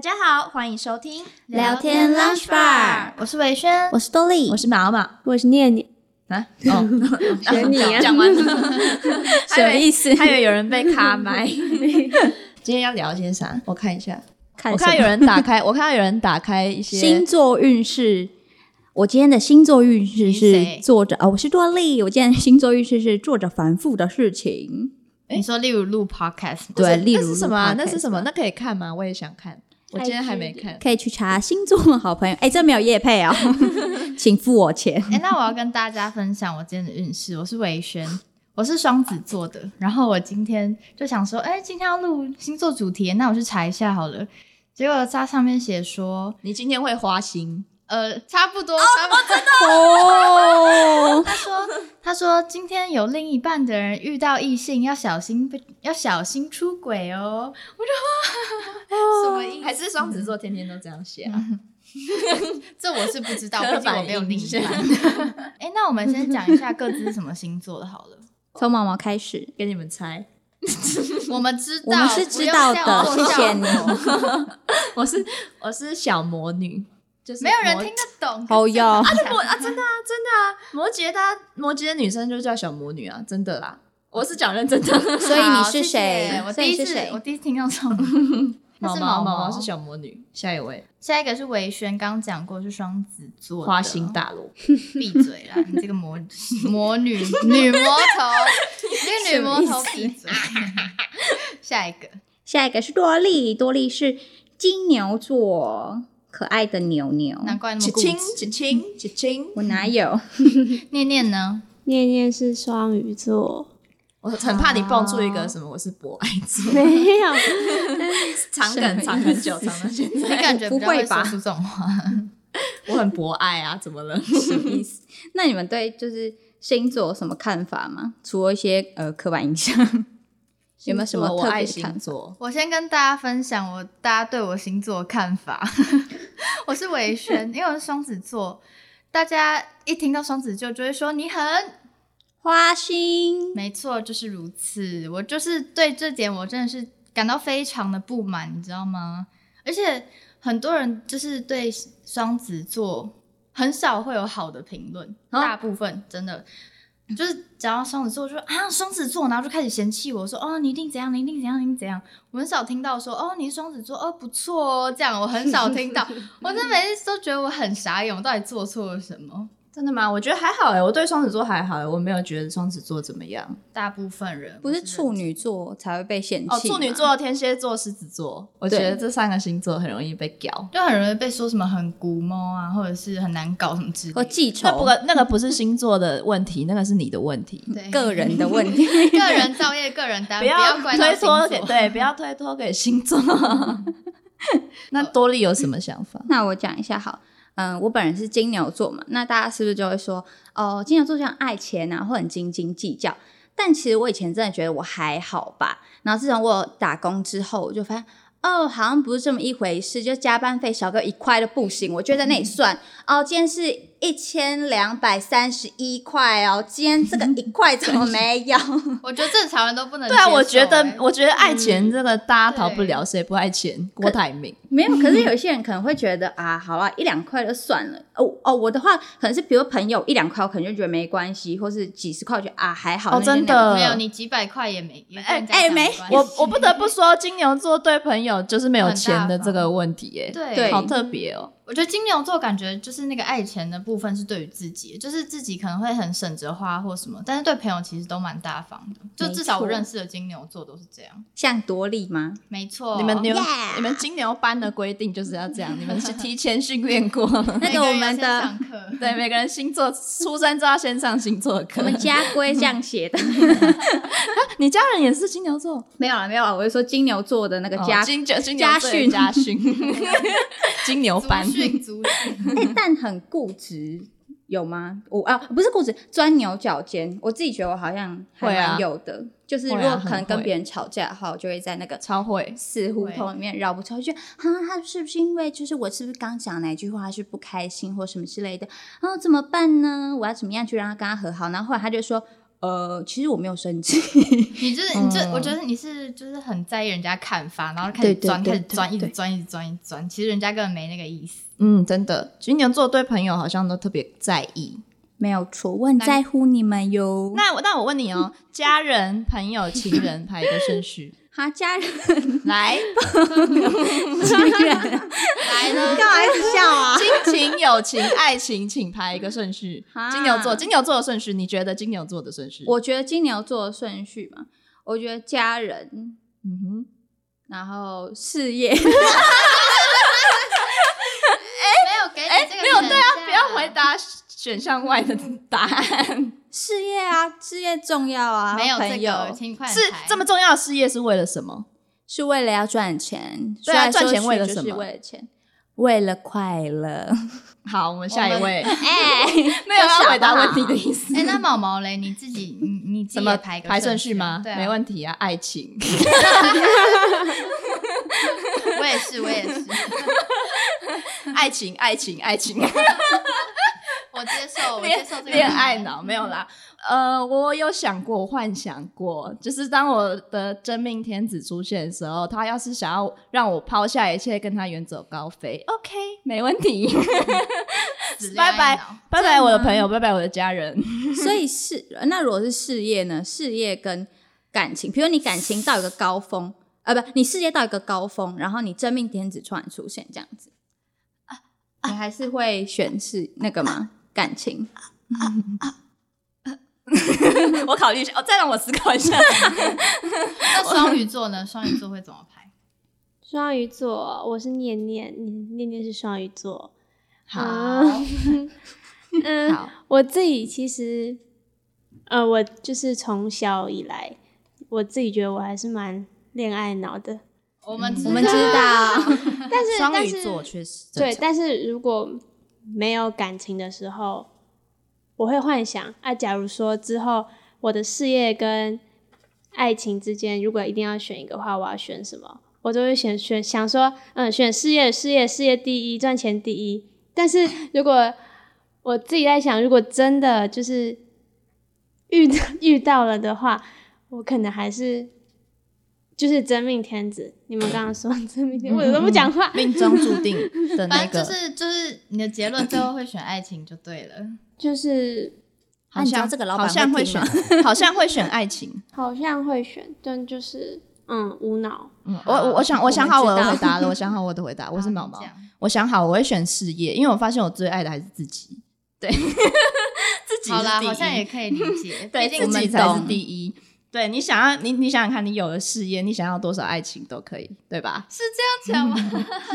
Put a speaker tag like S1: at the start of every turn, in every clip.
S1: 家好，欢迎收听
S2: 聊天 Lunch Bar
S1: 我是维轩，
S2: 我是多丽
S1: 我，是毛毛
S2: 我是念念，
S1: 啊， 哦，
S2: 选你啊
S1: 讲讲完了，
S2: 什么意
S1: 思？
S2: 思？
S1: 还以为有人被卡麦。今天要聊些啥？我看一下，
S2: 看
S1: 我
S2: 什么
S1: 看有人打开，我看到有人打开一些
S2: 星座运势。我今天的星座运势
S1: 你谁
S2: 是作者啊、我是多丽。我今天的星座运势是做着繁复的事情，
S3: 你说例如录 podcast，吗
S2: 对，例
S1: 那
S2: 如
S1: 是
S2: 录
S1: 什么啊？
S2: podcast
S1: 那是什么？那可以看吗？我也想看，我今天还没看。
S2: 可以去查星座好朋友。哎，这没有叶配啊、 请付我钱。
S3: 哎、那我要跟大家分享我今天的运势。我是维轩， 我是双子座的。然后我今天就想说，哎、今天要录星座主题，那我去查一下好了。结果它上面写说，
S1: 你今天会花心？
S3: 呃，差不多，差不多。
S2: 哦，
S3: 他说， 他说今天有另一半的人遇到异性要小心被，要小心出轨哦。 我就哇，什么意思？
S1: 还是双子座天天都这样写啊？
S3: 这我是不知道，
S1: 刻
S3: 毕竟我
S1: 板
S3: 没有另一
S1: 印象
S3: 半。 哎、那我们先讲一下各自是什么星座的好 了。
S2: 从毛毛开始。
S1: 给你们猜，
S3: 我们知道，
S2: 我们是知道的
S3: 不用
S2: 谢
S3: 笑
S2: 谢你
S3: 我
S1: 我是我是小魔女，就是
S3: 没有人
S1: 魔
S3: 听得懂。
S2: 哦哟
S3: 啊
S1: 我啊，真的啊，真的啊，摩羯大家摩羯的女生就叫小魔女啊，真的啦，我是讲认真的。
S2: 所以你是谁？
S3: 我
S2: 所
S3: 第
S2: 以
S3: 一
S2: 你是
S3: 次
S2: 谁，
S3: 我？第一次听到这种。
S1: 毛
S3: 那是毛
S1: 毛毛
S3: 毛
S1: 是小魔女，下一位
S3: 下一个是维轩，刚刚讲过是双子座，
S1: 花心，大罗，
S3: 闭嘴啦！你这个魔魔女女魔头，你这个女魔头闭嘴。下一个，
S2: 下一个是多莉，多莉是金牛座，可爱的牛牛。
S3: 难怪那么
S1: 亲
S3: 固
S1: 亲
S3: 执。
S1: 亲亲亲亲，
S2: 我哪有？
S3: 念念呢？
S4: 念念是双鱼座，
S1: 我很怕你蹦出一个什么，我啊 是啊博爱座，
S4: 没有，
S1: 长梗藏很 久，藏到现
S3: 你
S1: 在，
S3: 感觉比较
S2: 不会
S3: 说
S2: 吧
S3: 出这种话？
S1: 我很博爱啊，怎么了？
S2: 什么意思？那你们对就是星座有什么看法吗？除了一些呃刻板印象，有没有什么
S1: 我
S2: 特
S1: 爱
S2: 别的看
S1: 星
S2: 法？
S1: 座？
S3: 我先跟大家分享我大家对我星座的看法。 我是维轩，因为我是双子座，大家一听到双子座就会说你很，
S2: 花心，
S3: 没错，就是如此。我就是对这点我真的是感到非常的不满，你知道吗？而且很多人就是对双子座很少会有好的评论，
S1: 啊
S3: 大部分真的。就是只要双子座就说啊双子座，然后就开始嫌弃我说哦你一定怎样，你一定怎样，你一定怎样。我很少听到说哦你是双子座哦不错哦这样，我很少听 到。我真的每次都觉得我很傻眼，我到底做错了什么？
S1: 真的吗？我觉得还好哎、我对双子座还好哎、我没有觉得双子座怎么样。
S3: 大部分人
S2: 不是
S3: 认
S2: 处女座才会被嫌弃吗、
S1: 哦，处女座、天蝎座、狮子座，我觉
S2: 对
S1: 得这三个星座很容易被屌。
S3: 就很容易被说什么很古猫啊，或者是很难搞什么之类
S2: 和
S3: 的。
S2: 记
S1: 那不
S2: 仇，
S1: 个那个不是星座的问题，那个是你的问题。
S3: 对，
S2: 个人的问题。
S3: 个人造业，个人担，
S1: 不
S3: 不要怪到
S1: 推脱
S3: 星
S1: 给
S3: 座
S1: 对，不要推脱给 星座。
S3: 哦
S1: 那多莉有什么想法？
S2: 那我讲一下好，嗯，我本人是金牛座嘛，那大家是不是就会说，哦，金牛座像爱钱啊，会很斤斤计较？但其实我以前真的觉得我还好吧，然后自从我打工之后，我就发现。哦，好像不是这么一回事，就加班费少个一块都不行，我就在那里算。哦，今天是一千两百三十一块哦，今天这个一块怎么没有？
S3: 我觉得正常人都不能接
S1: 对
S3: 受欸。嗯
S1: 啊，我觉得我觉得爱钱这个大家逃不
S3: 对
S1: 了，谁不爱钱？郭台铭，
S2: 没有，可是有些人可能会觉得啊，好啦，一两块就算了。哦哦，我的话可能是比如朋友一两块，我可能就觉得没关系，或是几十块，我觉得啊还好。那
S1: 哦
S2: 就
S1: 真的
S2: 那样
S3: 没有你几百块也没，也跟人家
S2: 哎哎
S3: 讲
S2: 没
S3: 关系
S1: 我我不得不说，金牛座对朋友就是没有
S3: 很大
S1: 钱的这
S3: 方
S1: 个问题耶，
S3: 对
S2: 对
S1: 好特别哦。
S3: 我觉得金牛座感觉就是那个爱钱的部分是对于自己，就是自己可能会很省着花或什么，但是对朋友其实都蛮大方的。就至少
S2: 没错
S3: 我认识的金牛座都是这样。
S2: 像多利 吗？
S3: 没错，
S1: 你们你们
S2: Yeah
S1: 你们金牛班的规定就是要这样，你们是提前训练过。
S2: 那
S3: 每
S2: 个
S3: 人
S2: 我们
S3: 先
S2: 的
S3: 上课
S1: 对，每个人星座出生就要先上星座的课
S2: 我。们家规这样 写的，
S1: 你家人也是金牛座？
S2: 没有了没有了，我是说金牛座的那个家。
S1: 哦金牛金牛
S2: 家
S1: 座
S2: 训
S1: 家训， 金牛班
S3: 族。训族训，
S2: 哎但很固执，有吗？我啊不是固执，钻牛角尖。我自己觉得我好像还
S1: 会啊
S2: 蛮有的，就是如
S1: 会啊
S2: 果可能
S1: 很
S2: 跟
S1: 会
S2: 别人吵架的话，我就会在那个
S1: 超会，
S2: 死胡同里面绕不出去，哈，啊他是不是因为就是我是不是刚讲哪句话是不啊开心或什么之类的，然后怎么办呢？我要怎么样去让他跟他和好？然后后来他就说，呃，其实我没有生气，
S3: 你就是你这，
S1: 嗯
S3: 我觉得你是就是很在意人家看法，然后开
S2: 对
S3: 始
S2: 对
S3: 钻，
S2: 对
S3: 开始钻，
S2: 对
S3: 一直
S2: 对
S3: 钻，一直钻，一直钻。其实人家根本没那个意思。
S1: 嗯，真的，金牛座对朋友好像都特别在意。
S2: 没有错，我很在乎你们哟。
S1: 那我那我问你 哦，家人、朋友、情人排一个顺序，
S2: 他家人亲
S1: 来，
S2: 人 啊
S1: 来了，
S2: 干嘛一直笑啊？
S1: 亲情、友情、爱情，请排一个顺序。
S2: 啊
S1: 金牛座，金牛座的顺序，你觉得金牛座的顺序？
S2: 我觉得金牛座的顺序嘛，我觉得家人，
S1: 嗯哼，
S2: 然后事业，
S3: 没有给你这个，
S1: 哎没有对啊，不要回。答选项外的答案。
S2: 事业啊，事业重要啊，
S3: 没有这
S2: 朋
S3: 个，
S2: 友
S3: 请快
S1: 是
S3: 猜
S1: 这么重要的事业是为了什么？
S2: 是为了要赚钱，
S1: 对
S2: 说
S1: 啊
S2: 来
S1: 赚钱
S2: 说去
S1: 为了
S2: 就
S1: 什
S2: 是
S1: 么
S2: 为了钱，为了快乐。
S1: 好，我们下
S3: 我
S1: 一
S3: 们
S1: 位，
S2: 哎，
S1: 没有要回答问题的意思。
S3: 哎，那毛毛嘞，你自己你你自
S1: 什
S3: 己
S1: 么
S3: 也排一个
S1: 排
S3: 顺
S1: 顺序吗？
S3: 对啊，
S1: 没问题啊，爱情。
S3: 我也是，我也是，
S1: 爱情，爱情，爱情，
S3: 我接受，我接
S1: 恋
S3: 受这个
S1: 恋爱脑没有啦。呃，我有想过，我幻想过，就是当我的真命天子出现的时候，他要是想要让我抛下一切，跟他远走高飞，OK，没问题。
S3: 死恋
S1: 拜
S3: 爱
S1: 拜
S3: 脑，
S1: 拜拜，我的朋友，拜拜，我的家人。
S2: 所以是那如果是事业呢？事业跟感情，比如你感情到一个高峰，呃，不，你事业到一个高峰，然后你真命天子突然出现这样子，啊你还是会选是那个吗？感情，
S1: 我考虑一下，哦，再让我思考一下。
S3: 那双鱼座呢？双鱼座会怎么
S1: 嗯
S3: 排？
S4: 双鱼座，我是念念，念念念是双鱼座。
S1: 好
S4: 啊 嗯，
S1: 好，
S4: 我自己其实，呃，我就是从小以来，我自己觉得我还是蛮恋爱脑的。
S3: 我们
S2: 我们知 道，
S4: 但是，
S1: 双
S4: 但
S1: 鱼
S4: 是
S1: 座确实
S4: 对，但是如果没有感情的时候，我会幻想啊，假如说之后我的事业跟爱情之间，如果一定要选一个的话，我要选什么？我都会选选想说，嗯，选事业，事业，事业第一，赚钱第一。但是如果我自己在想，如果真的就是遇到遇到了的话，我可能还是就是真命天子。你们刚刚说真命天子，我都不讲 话。
S1: 命中注定的那
S3: 反
S1: 个，
S3: 正就是就是你的结论最后会选爱情就对了。
S4: 就是
S2: 那
S1: 好
S2: 你知道
S1: 像
S2: 这个老板
S1: 好像
S2: 会
S1: 会
S2: 听
S1: 选
S2: 吗，
S1: 好像会选爱情。
S4: 好像会选，但就是嗯无脑。
S1: 嗯，我我我想我想好
S2: 我
S1: 我
S2: 们知
S1: 的
S2: 道
S1: 回答了，我想好我的回答，我是毛毛
S3: 好，你，讲
S1: 我想好我会选事业，因为我发现我最爱的还是自己，对，自己是
S3: 好啦，
S1: 第一
S3: 好像也可以理解，
S1: 对，
S3: 毕竟我
S1: 自己
S3: 们
S1: 才是
S2: 懂
S1: 第一。对你想要你你想想看，你有了事业，你想要多少爱情都可以，对吧？
S3: 是这样讲吗？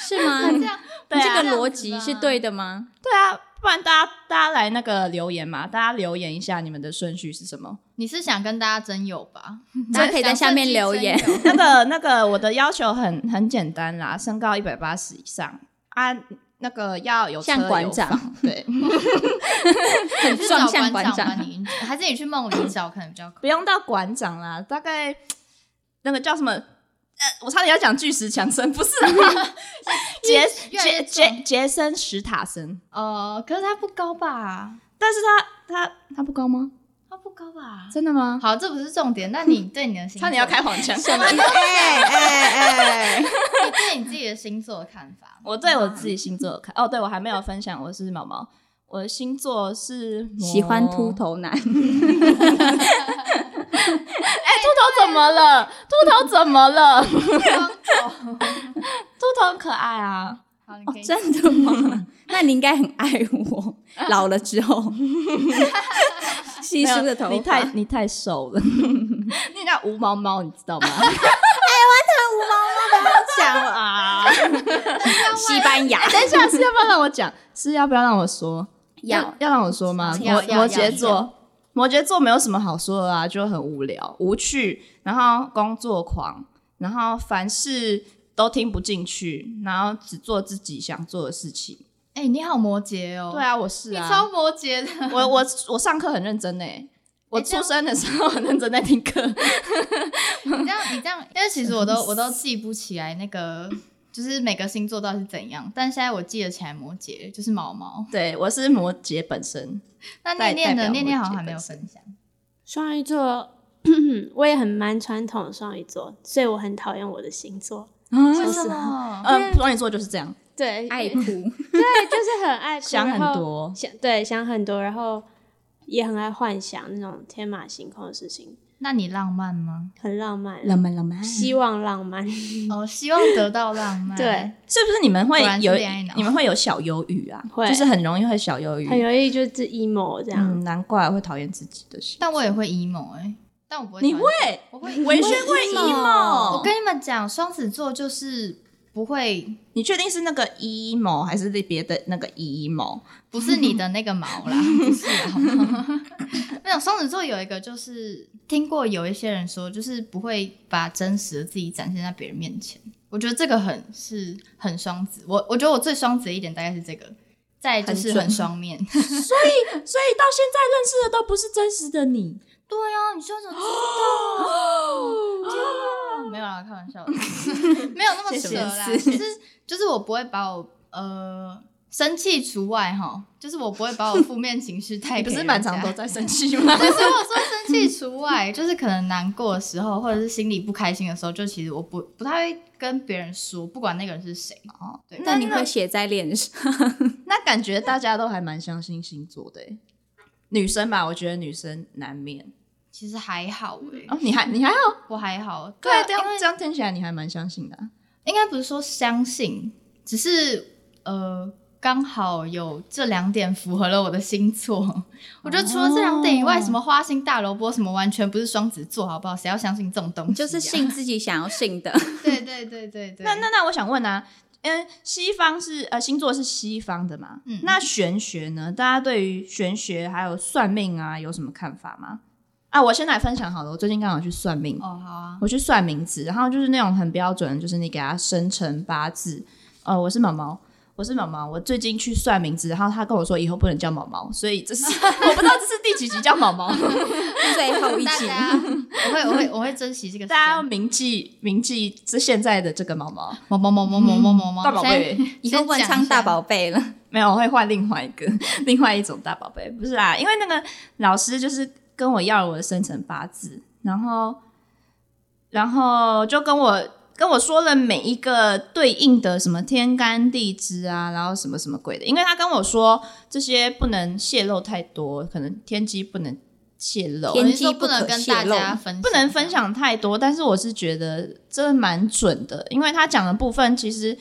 S2: 是吗？
S3: 这样
S1: 对啊
S2: 这个逻辑是对的 吗？
S1: 对啊，不然大家大家来那个留言嘛，大家留言一下你们的顺序是什么？
S3: 你是想跟大家真友吧？
S2: 大家可以在下面留言
S3: 想趁机真友
S1: 那个那个，我的要求很很简单啦，身高一百八十以上啊，那个要有车
S2: 像馆长
S1: 有房对。
S2: 很
S3: 你去
S2: 撞
S3: 找
S2: 向
S3: 馆
S2: 馆
S3: 吧，
S2: 长，
S3: 你还是你去梦里找，可能比 较
S1: 不用到馆长啦，大概那个叫什么？呃，我差点要讲巨石强森，不是啦， 杰
S3: 越来越
S1: 杰杰杰森·史塔森，
S3: 呃，可是他不高吧？
S1: 但是他他他不高吗？
S3: 他不高吧？
S1: 真的吗？
S3: 好，这不是重点。那你对你的星座，
S1: 差点要开黄腔，
S2: 什么意思？哎哎哎，
S3: 你对你自己的星座的看法？
S1: 我对我自己星座有看哦，对我还没有分享，我是毛毛，我的星座是摩
S2: 喜欢秃。头男，
S1: 哎、秃头怎么了？秃头怎么了？ 秃
S3: 双座，
S1: 头很可爱啊，
S3: 好，你
S2: 哦
S3: 可以。
S2: 真的吗？ 那你应该很爱 我，老了之后，稀疏的头
S1: 没有你
S2: 发
S1: 太，你太瘦了， 你叫无毛猫，你知道吗？
S2: 哎讲
S1: 啊。
S2: 西班牙
S1: 等一下是要不要让我讲？是要不要让我说？
S2: 要
S1: 要让我说吗？
S3: 要
S1: 摩
S3: 要
S1: 摩羯
S3: 要
S1: 座，摩羯座没有什么好说的啊，就很无聊、无趣，然后工作狂，然后凡事都听不进去，然后只做自己想做的事情。
S3: 哎，你好摩羯哦，
S1: 对，啊，我是
S3: 你
S1: 啊
S3: 超，摩羯的。
S1: 我我我上课很认真呢、我
S3: 这
S1: 出
S3: 样
S1: 生的时候很认真在听课，
S3: 你这样，你这样，因为其实我都我都记不起来那个，就是每个星座到底是怎样。但现在我记得起来摩羯就是毛毛。
S1: 对我是摩羯本身。
S3: 那
S1: 代
S3: 念念
S1: 代
S3: 的
S1: 表
S3: 念念好像
S1: 摩羯
S3: 还没有
S1: 本身
S3: 分享，
S4: 双鱼座， 我也很蛮传统的双鱼座，所以我很讨厌我的星座。
S3: 为
S2: 啊
S1: 嗯，
S3: 什么？
S1: 嗯，双鱼座就是这样，
S4: 对，
S2: 爱哭
S4: 对，，就是很爱哭
S1: 想很，
S4: 然后
S1: 多，
S4: 想对想很多，然后也很爱幻想那种天马行空的事情，
S3: 那你浪漫吗？
S4: 很浪漫，
S1: 漫浪漫。是
S4: 希望浪漫。
S3: 哦，希望得到浪漫。
S4: 对，
S1: 不是你们会
S3: 果然是
S1: 有
S3: 恋爱脑
S1: 你们会有小忧郁啊？
S4: 会
S1: 就是很容易会小忧郁。
S4: 很容易就是 emo 这样。
S1: 嗯，难怪会讨厌自己的心。
S3: 但我也会 emo 哎、但我不会。
S1: 你会？
S3: 我会 emo。
S1: 维轩会 emo，
S3: 我跟你们讲，双子座就是不会，
S1: 你确定是那个 emo 还是别的那个 emo？
S3: 不是你的那个毛啦，不是啊。好吗 没有双子座有一个就是听过有一些人说，就是不会把真实的自己展现在别人面前。我觉得这个很是很双子，我我觉得我最双子的一点大概是这个，再来就是
S2: 很准
S3: 很双面。
S1: 所以到现在认识的都不是真实的你。
S3: 对啊，你说怎么知道？天啊没有啦，开玩笑的，没有那么扯啦。
S2: 谢谢
S3: 就是就是我不会把我呃生气除外哈，就是我不会把我负面情绪带
S1: 你
S3: 给
S1: 不是
S3: 人
S1: 满
S3: 家
S1: 场都在生 气吗？
S3: 对，所以我说生气除外，就是可能难过的时候，或者是心里不开心的时候，就其实我不不太会跟别人说，不管那个人是谁。哦，对，
S2: 那你会写在脸上？
S1: 那感觉大家都还蛮相信星座的欸，女生吧，我觉得女生难免。
S3: 其实还好诶、
S1: 哦，你还你还好，
S3: 我还好。对啊，因
S1: 对啊，这样
S3: 为
S1: 这样听起来你还蛮相信的啊、
S3: 应该不是说相信，只是呃，刚好有这两点符合了我的星座。 我觉得除了这两点以
S1: 哦
S3: 外，什么花心大萝卜什么，完全不是双子座，好不好？谁要相信这种东西、 啊
S2: 就是。信自己想要信的。
S3: 对对对对对。
S1: 那那那我想问啊，嗯，西方是呃星座是西方的嘛？
S3: 嗯
S1: 那玄学呢？大家对于玄学还有算命啊有什么看法吗？啊，我先来分享好了，我最近刚好去算命，
S3: 哦，好啊。
S1: 我去算名字，然后就是那种很标准，就是你给他生辰八字。呃，我是毛毛，我是毛毛，我最近去算名字，然后他跟我说以后不能叫毛毛，所以这是我不知道这是第几集叫毛 毛，
S2: 最后一
S3: 大
S2: 集，
S3: 家，我会我会我会珍惜这个时
S1: 大家要
S3: 间。
S1: 铭记铭记这现在的这个毛毛
S3: 某某某某某某某某，
S1: 嗯大宝贝
S3: 现。
S2: 以后问唱大宝贝 了。
S1: 没有，我会换另外一个， 另外一种大宝贝，不是啦，因为那个老师就是跟我要了我的生辰八字，然后，然后就跟我跟我说了每一个对应的什么天干地支啊，然后什么什么鬼的，因为他跟我说这些不能泄露太多，可能天机不能泄露，
S3: 在，
S2: 天
S3: 我
S2: 机
S3: 是说不
S2: 不可
S3: 能跟大
S2: 泄露
S3: 家分享，
S1: 不能分享太多，但是我是觉得真的蛮准的，因为他讲的部分其实。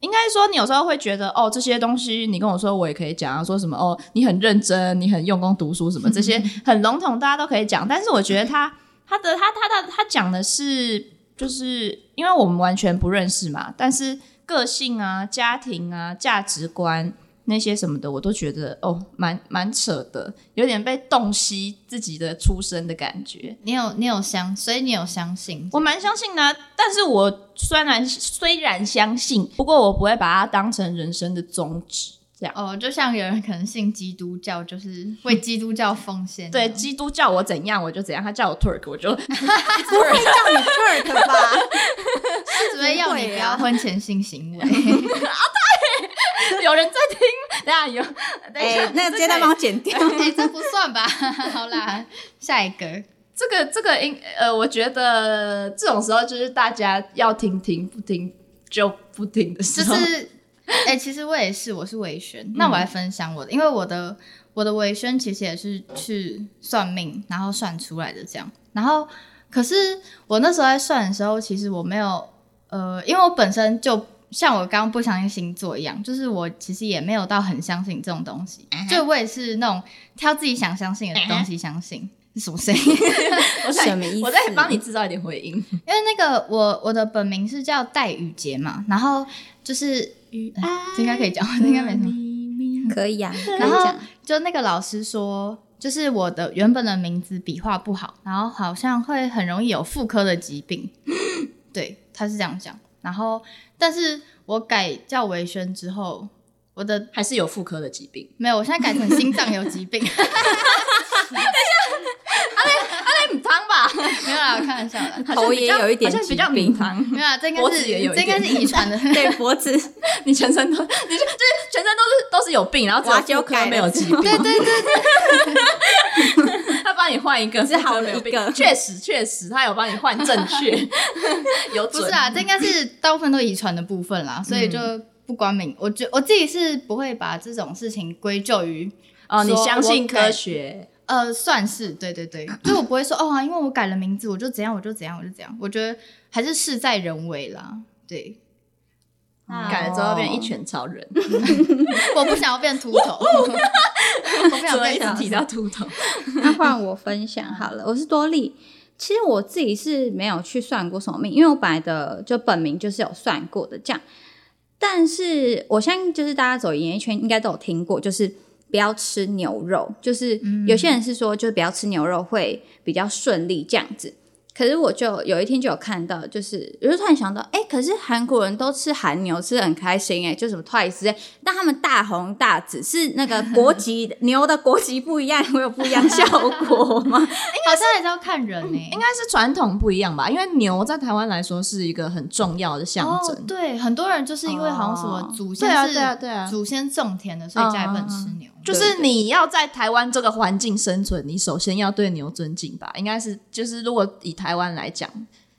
S1: 应该说，你有时候会觉得哦，这些东西你跟我说，我也可以讲啊，说什么哦，你很认真，你很用功读书，什么这些很笼统，大家都可以讲。但是我觉得他他的他他的他讲的是，就是因为我们完全不认识嘛，但是个性啊、家庭啊、价值观那些什么的，我都觉得哦，蛮蛮扯的，有点被洞悉自己的出身的感觉。
S3: 你有你有相，所以你有相信
S1: 我蛮相信的啊、但是我虽然虽然相信，不过我不会把它当成人生的宗旨。这样，
S3: 哦，就像有人可能信基督教，就是为基督教奉献。
S1: 对，基督叫我怎样我就怎样，他叫我 Turk 我就
S2: 不会叫你 Turk 吧？
S3: 他只会啊要 你不要婚前性行为。
S1: 有人在听，等一下有等一下
S2: 哎，那个接待帮我剪掉。
S3: 哎，这不算吧？ 好啦，下一个。
S1: 这个这个应呃，我觉得这种时候就是大家要听听不听就不听的时
S3: 就
S1: 候，
S3: 是，哎、其实我也是，我是维轩。那我来分享我的，因为我的我的维轩其实也是去算命，然后算出来的这样。然后，可是我那时候在算的时候，其实我没有，呃，因为我本身就像我刚刚不相信星座一样，就是我其实也没有到很相信这种东西。就我也是那种挑自己想相信的东西相信。是什么声音？
S1: 我在
S2: 什么意思
S1: 我在帮你制造一点回应。
S3: 因为那个我我的本名是叫戴雨杰嘛，然后就是哎这应该可以讲，这应该没什么。
S2: 可以啊，可以
S3: 然后
S2: 讲。
S3: 就那个老师说，就是我的原本的名字笔画不好，然后好像会很容易有妇科的疾病。 对，他是这样讲。然后，但是我改叫维轩之后，我的
S1: 还是有妇科的疾病，
S3: 没有，我现在改成心脏有疾病，
S1: 哎，很汤吧，
S3: 没有啦，我开玩笑的。
S2: 头也有一点
S1: 好像比较
S2: 疾病
S1: 母 汤。
S3: 没有啦，这应该
S1: 脖
S3: 是
S1: 子也有一
S3: 这应该是
S1: 点
S3: 遗传 的。
S2: 对脖子，
S1: 你全身 都，你就就是全身都是都是有病，然后只有
S2: 哇就
S1: 妇科
S2: 改了
S1: 没有疾病，
S3: 对对对，
S1: 他把帮你换一个，
S2: 只好了
S1: 没有病
S2: 一个
S1: 确实确实，他有帮你换 正确，有
S3: 不
S1: 准
S3: 是啊，这应该是大部分都遗传的部分啦，所以就不光明。我觉我自己是不会把这种事情归咎于，
S1: 哦，你
S3: 说
S1: 相信
S3: 我改
S1: 科学，
S3: 呃，算是对对 对，就我不会说哦、啊，因为我改了名字，我就怎样，我就怎样，我就怎样。我觉得还是事在人为啦。对， 哦
S1: 改了之后变成一拳超人，
S3: 我不想要变秃头， 我不想
S1: 怎
S3: 要
S1: 么一
S3: 变
S1: 直
S3: 秃
S1: 提
S3: 头。
S1: 到秃 头？
S2: 那换我分享好了，我是多利。其实我自己是没有去算过什么命，因为我本来的就本名就是有算过的这样。但是我相信，就是大家走演艺圈应该都有听过，就是不要吃牛肉，就是有些人是说，就是不要吃牛肉会比较顺利这样子。可是我就有一天就有看到，就是我就突然想到，哎、可是韩国人都吃韩牛吃的很开心、诶哎，就什么 Twice 之类但他们大红大紫是那个国籍牛的国籍不一样，会有不一样效果吗？
S3: 好像还是要看人呢、
S1: 嗯应该是传统不一样吧，因为牛在台湾来说是一个很重要的象
S3: 哦
S1: 征，，
S3: 对，很多人就是因为好像什么
S2: 哦
S3: 祖
S1: 对啊
S3: 先是
S1: 对啊对啊嗯
S3: 祖先种田的，所以家里不能吃牛。
S1: 就是你要在台湾这个环境生存，你首先要对牛尊敬吧，应该是就是如果以台湾来讲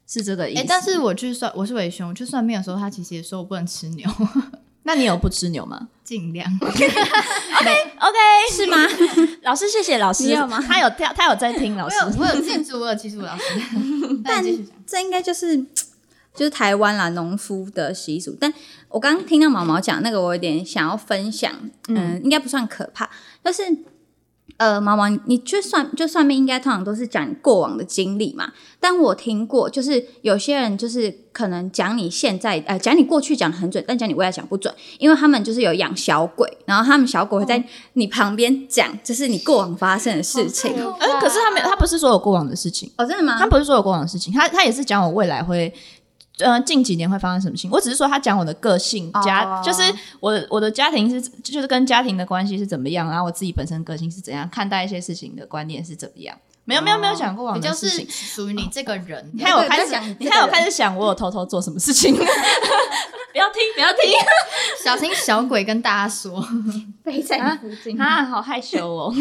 S1: 是这个意
S3: 哎、
S1: 思。
S3: 但是我去算，我是伟雄，我去算命的时候，他其实也说我不能吃牛，
S1: 那你有不吃牛吗
S3: 尽量。
S1: ？OK，
S2: 是吗？
S1: 老师谢谢老师，
S2: 你有吗
S1: 他有他他有在听老
S3: 我
S1: 师
S3: 有，我有建筑，我有技术老 师，那你继续讲
S2: 这应该就是就是台湾啦，农夫的习俗。但我刚刚听到毛毛讲那个，我有点想要分享，嗯，应该不算可怕，就是呃，毛毛，你去算就算命，应该通常都是讲你过往的经历嘛。但我听过，就是有些人就是可能讲你现在呃，讲你过去讲得很准，但讲你未来讲不准，因为他们就是有养小鬼，然后他们小鬼会
S1: 哦
S2: 在你旁边讲，就是你过往发生的事情。
S1: 哎、可是他没有，他不是说有过往的事情，
S2: 哦，真的吗
S1: 他？不是说有过往的事情，他他也是讲我未来会。呃，近几年会发生什么事情？我只是说他讲我的个性家
S2: 哦
S1: 就是我的我的家庭是，就是跟家庭的关系是怎么样，然后我自己本身个性是怎样，看待一些事情的观念是怎么样。没有没有没有讲过往
S3: 比
S1: 的
S3: 较
S1: 事情
S3: 是，属于你这个 人。
S1: 你
S3: 你
S1: 看
S2: 对
S1: 我开
S2: 不要
S1: 始
S2: 讲，
S1: 你
S2: 这
S1: 看
S2: 个
S1: 我开始想，我有偷偷做什么事情？不要听， 不要听
S3: 小心小鬼跟大家说，
S2: 背在你附近，
S1: 啊！好害羞哦，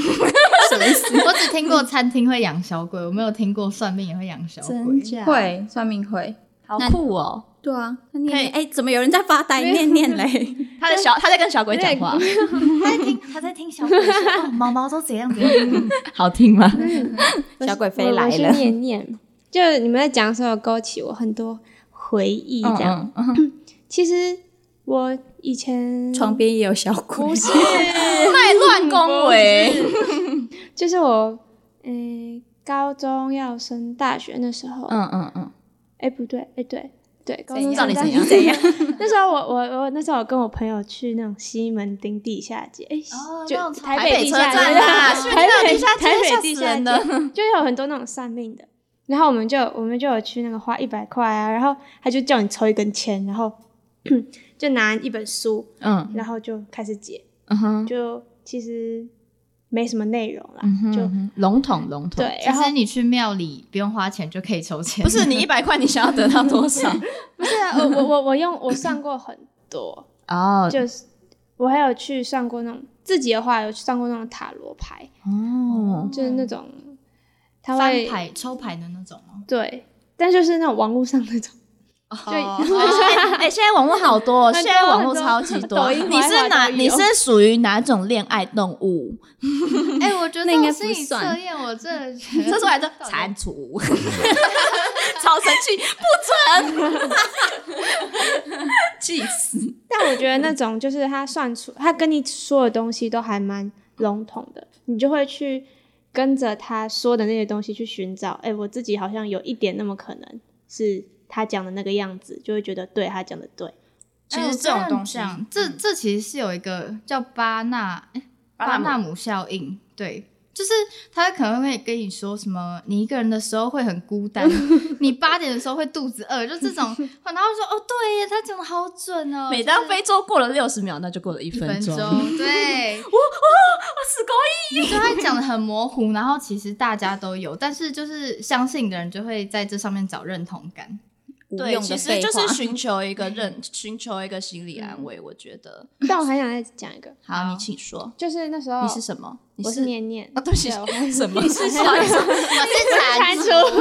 S3: 什么意思？我只听过餐厅会养小鬼，我没有听过算命也会养小鬼。
S1: 假
S2: 会算命会。
S1: 好酷哦！
S2: 啊对啊，那念念哎、怎么有人在发呆？念念 嘞，
S1: 他的小他在跟小鬼讲话，
S3: 他在听，他在听小鬼说，哦，毛毛都怎样 怎样。
S1: 好听吗？
S2: 小鬼
S4: 我
S2: 飞
S4: 我
S2: 来
S4: 是
S2: 了。
S4: 念念，就你们在讲的时候勾起我很多回忆，这样。
S1: 嗯嗯
S4: 其实我以前
S2: 床边也有小鬼，
S1: 太乱 恭 维，
S4: 就是我，嗯、高中要升大学那时候，哎、
S1: 嗯嗯嗯，
S4: 不对，哎、对对，高中
S1: 到底
S4: 升大
S1: 怎样
S4: 学那时候我我我那时候我跟我朋友去那种西门町地下街，哎、
S3: 哦
S4: 就
S3: 那种
S4: 台
S1: 台北
S4: 地
S1: 车
S4: 下
S1: 站啊
S4: 街
S1: 啦
S3: 啊
S1: 西门町
S4: 台
S1: 那种
S4: 北
S1: 地下街
S4: 台北
S1: 吓
S4: 地
S1: 死
S4: 下
S1: 人
S4: 街
S1: 了
S4: 就有很多那种算命的。然后我们就我们就有去那个花一百块啊，然后他就叫你抽一根签，然后 就拿一本书，
S1: 嗯
S4: 然后就开始解，
S1: 嗯哼，
S4: 就其实没什么内容啦，
S1: 嗯哼
S4: 就
S1: 嗯哼笼统笼统，
S4: 对，
S3: 其
S4: 然后
S3: 实你去庙里不用花钱就可以抽签，
S1: 不是你一百块，你想要得到多 少？
S4: 不是啊，我我我我用我算过很多，
S1: 哦
S4: 就是我还有去算过那种自己的话，有去算过那种塔罗牌，
S3: 嗯
S1: 哦，
S4: 就是那种他
S3: 翻
S4: 会
S3: 牌抽牌的那种哦吗？
S4: 对，但就是那种网络上那种，就
S1: 哎，现在网络好多，哦，
S4: 很多
S1: 现在网络超级多。
S4: 很多抖音
S1: 你是哪？
S4: 滑一滑都有
S1: 你是属于哪种恋爱动物？
S3: 哎、我觉得
S2: 那应该
S3: 我
S2: 不
S3: 心理
S2: 算
S3: 测验，我真的觉
S4: 嗯
S3: 得
S1: 测出来就蟾蜍， 超生气，不准， 气死！
S4: 但我觉得那种就是他算出他跟你说的东西都还蛮笼统的，你就会去。跟着他说的那些东西去寻找，哎、我自己好像有一点那么可能是他讲的那个样子，就会觉得对他讲的对。
S1: 其实哦这种东西
S3: 哎我跟你讲这这其实是有一个叫巴纳哎巴
S1: 巴纳姆
S3: 纳姆效应，对。就是他可能会跟你说什么，你一个人的时候会很孤 单，你八点的时候会肚子饿，就这种。然后说哦，对耶，他讲的好准哦。
S1: 每
S3: 就
S1: 当
S3: 是
S1: 非洲过了六十秒，那就过了一
S3: 一
S1: 分
S3: 分
S1: 钟。
S3: 钟， 对，
S1: 死 狗
S3: 就他讲的很模糊，然 后其实大家都有，但是就是相信的人就会在这上面找认同感。
S2: 无
S1: 对，
S2: 用
S1: 其
S2: 的
S1: 实
S2: 废
S1: 就
S2: 话。
S1: 是寻求一 个认，寻求一个心理安慰。我觉得，
S4: 但我还想再讲一个，
S1: 嗯好，你请说，
S4: 就是那时候
S1: 你是什么？你
S4: 我是念念
S1: 啊，对不起
S4: 我还，
S1: 什么？你是
S3: 我是
S4: 出，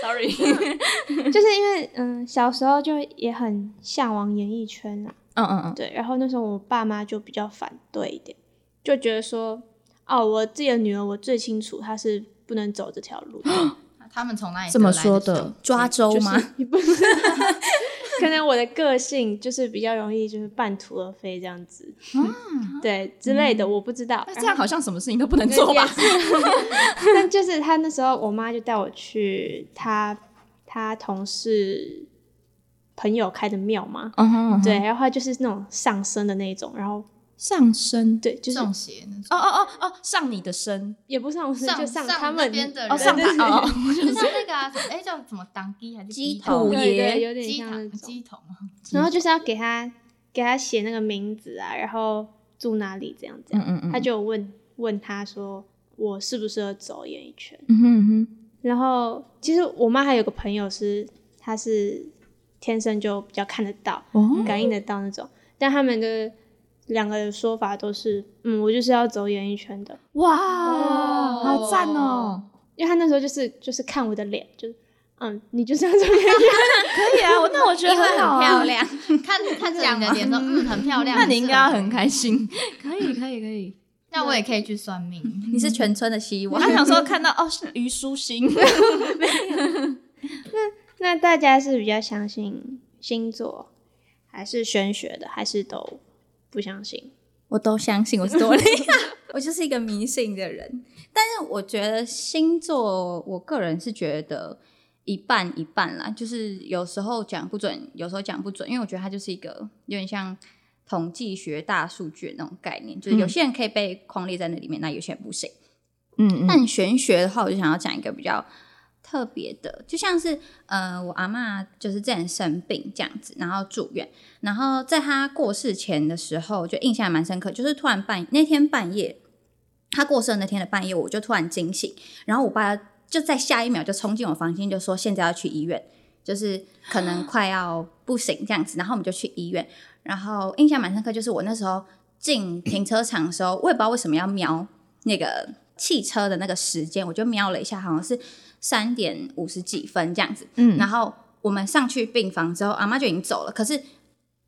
S1: sorry，
S4: 就是因为嗯小时候就也很向往演艺圈啦，
S1: 嗯嗯嗯，
S4: 对，然后那时候我爸妈就比较反对一点，就觉得说哦我自己的女儿我最清楚她是不能走这条路的，
S3: 馋，他们从哪里
S1: 怎么
S3: 得来
S1: 说
S3: 这种
S1: 的？
S2: 抓周吗？
S4: 可能我的个性就是比较容易就是半途而废这样子，对之类的，我不知道。
S1: 那哎这样好像什么事情都不能
S4: 然后
S1: 做吧？
S4: 对也是但就是他那时候，我妈就带我去他他同事朋友开的庙嘛，
S1: 嗯哼，嗯哼
S4: 对，，然后他就是那种上身的那一种，然后
S1: 上身，
S4: 对，就是
S3: 中邪那种
S1: 哦哦哦哦，上你的身，
S4: 也不上身，
S3: 上
S4: 就
S3: 上
S4: 他
S3: 那
S4: 们
S3: 边的人
S1: 哦，上他哦，哦
S3: 就像那个啊，什么哎叫什么当机还是
S2: 鸡
S3: 鸡
S2: 头
S1: 虎
S4: 对对，
S1: 爷，
S4: 有点
S3: 鸡
S4: 像那
S3: 头
S4: 种。
S3: 鸡头吗？
S4: 然后就是要给他给他写那个名字啊，然后住哪里这样这样。
S1: 嗯嗯嗯，
S4: 他就有问问他说我适不适合走演艺圈？
S1: 嗯哼嗯哼，
S4: 然后其实我妈还有个朋友是，她是天生就比较看得到、
S1: 哦
S4: 感应得到那种，但他们的两个的说法都是，嗯，我就是要走演艺圈的，
S1: 哇，
S3: 哦
S1: 好赞哦！
S4: 因为他那时候就是就是看我的脸，就是嗯，你就是要走演艺圈，
S1: 可以啊，我那我觉得
S2: 因 为很
S1: 好啊
S2: 漂，亮，
S3: 看看着你的脸说嗯很漂亮，
S1: 那你应该要很
S3: 看。
S1: 开心，可以可以可以。
S3: 那我也可以去算命，
S2: 你是全村的希
S1: 我
S2: 望。
S1: 还想说看到哦，是虞书欣，
S4: 那大家是比较相信星座，还是玄学的，还是都不相信？
S2: 我都相信我是多厉害， 我就是一个迷信的人。但是我觉得星座，我个人是觉得一半一半啦，就是有时候讲不准，有时候讲不准，因为我觉得它就是一个有点像统计学大数据那种概念，就是有些人可以被框列在那里面，那有些人不行。
S1: 嗯 嗯
S2: 但玄学的话，我就想要讲一个比较特别的，就像是呃，我阿嬷就是之前生病这样子，然后住院，然后在她过世前的时候，就印象蛮深刻，就是突然半那天半夜，她过世的那天的半夜，我就突然惊醒，然后我爸就在下一秒就冲进我房间，就说现在要去医院。就是可能快要不行这样子，然后我们就去医院。然后印象蛮深刻，就是我那时候进停车场的时候，我也不知道为什么要瞄那个汽车的那个时间，我就瞄了一下，好像是三点五十几分这样子。
S1: 嗯
S2: 然后我们上去病房之后，阿妈就已经走了，可是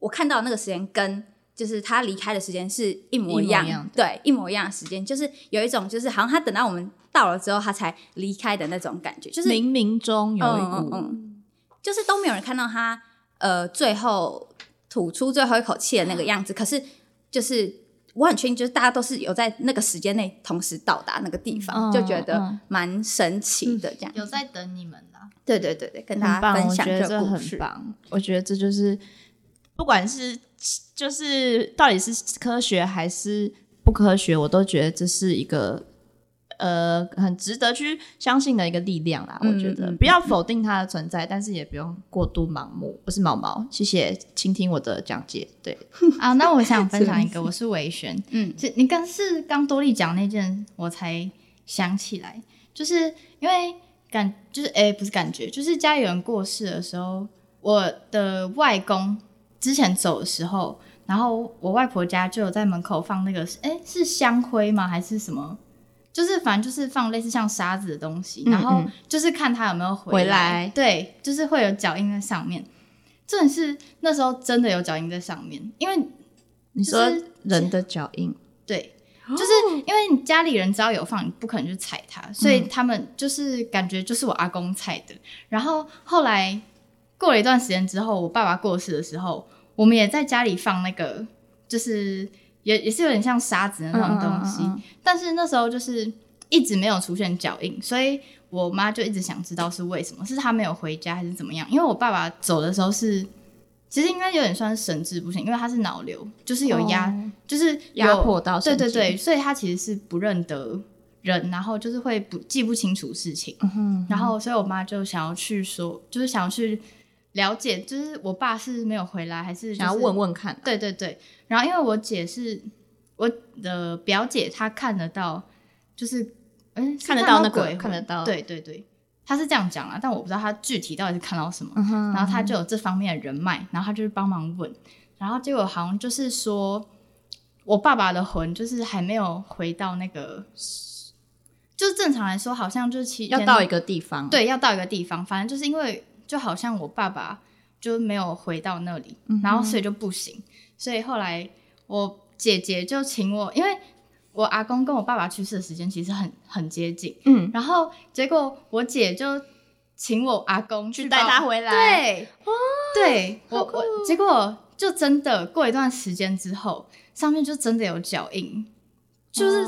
S2: 我看到那个时间跟。就是她离开的时间是一模一样，
S3: 一模一样
S2: 对，一模一样的时间，就是有一种就是好像她等到我们到了之后，她才离开的那种感觉，就是
S1: 冥冥中有一
S2: 嗯嗯
S1: 股，
S2: 嗯，就是都没有人看到他呃最后吐出最后一口气的那个样子。可是就是我很确定，就是大家都是有在那个时间内同时到达那个地方，
S1: 嗯
S2: 就觉得
S1: 嗯
S2: 蛮神奇的这样。
S3: 有在等你们啦。
S2: 对对对对，跟
S1: 很
S2: 大家
S1: 棒，
S2: 分
S1: 我
S2: 享
S1: 觉得
S2: 个
S1: 这
S2: 故
S1: 很
S2: 事。
S1: 棒，我觉得这就是不管是就是到底是科学还是不科学，我都觉得这是一个。呃，很值得去相信的一个力量啦，
S2: 嗯
S1: 我觉得
S2: 嗯
S1: 不要否定它的存在，但是也不用过度盲目。我是毛毛，谢谢倾听我的讲解。对，
S3: 啊，那我想分享一个，我是维璇。
S2: 嗯
S3: 这你刚是刚多利讲那件，我才想起来，就是因为感就是哎、不是感觉，就是家里有人过世的时候，我的外公之前走的时候，然后我外婆家就有在门口放那个哎、是香灰吗还是什么？就是反正就是放类似像沙子的东西，
S1: 嗯
S3: 然后
S1: 嗯
S3: 就是看他有没有回
S1: 回来
S3: 对，就是会有脚印在上面。真的是那时候真的有脚印在上面，因为
S1: 你
S3: 就
S1: 说
S3: 是
S1: 人的脚印，
S3: 对，就
S1: 哦
S3: 是因为你家里人只要有放，你不可能去踩它，所以他们就是感觉就是我阿公踩的。然后后来过了一段时间之后，我爸爸过世的时候，我们也在家里放那个，就是也也是有点像沙子的那种东西，
S1: 嗯嗯嗯嗯
S3: 但是那时候就是一直没有出现脚印，所以我妈就一直想知道是为什么，是他没有回家还是怎么样？因为我爸爸走的时候是。其实应该有点算是神志不清，因为他是脑瘤，就是有压，
S1: 哦
S3: 就是有
S1: 压迫到
S3: 对
S1: 神
S3: 对
S1: 经
S3: 对，所以他其实是不认得人，然后就是会不记不清楚事情。
S1: 嗯
S3: 然后，所以我妈就想要去说，就是想要去了解，就是我爸是没有回来，还是、
S1: 想要问？问看啊、
S3: 对对对。然后，因为我姐是我的表姐，她看得到，就是嗯，是
S1: 看得到那个
S3: 鬼魂
S1: 看得到
S3: 对对对，他是这样讲啊，但我不知道他具体到底是看到什么。
S1: 嗯哼
S3: 然后他就有这方面的人脉，然后他就去帮忙问，然后结果好像就是说，我爸爸的魂就是还没有回到那个，就是正常来说好像就是期间
S1: 要到一个地方，，
S3: 对要到一个地方，反正就是因为就好像我爸爸就没有回到那里，然后所以就不行，所以后来我姐姐就请我，因为我阿公跟我爸爸去世的时间其实很很接近，
S1: 嗯，
S3: 然后结果我姐就请我阿公
S1: 去
S3: 帮
S1: 带他回来，，
S3: 对，对我我结果就真的过一段时间之后，上面就真的有脚印，就是、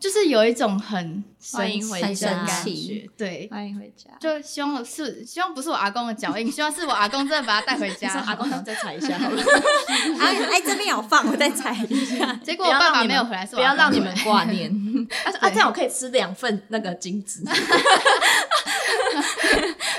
S3: 就是有一种很神
S1: 欢迎回
S3: 奇的
S2: 家
S3: 感
S2: 神
S3: 觉
S2: 奇，
S3: 对。
S1: 欢迎回家。
S3: 就希望是希望不是我阿公的脚印，希望是我阿公真的把他带回 家。
S1: 阿公想再踩一下好了，
S2: 哎哎，这边有放，我再踩一下。
S3: 结果我爸爸没有回来，是
S1: 不
S3: 我阿
S1: 要
S3: 公
S1: 让你
S3: 回来
S1: 们挂念。 他说啊，这样我可以吃两份那个金子。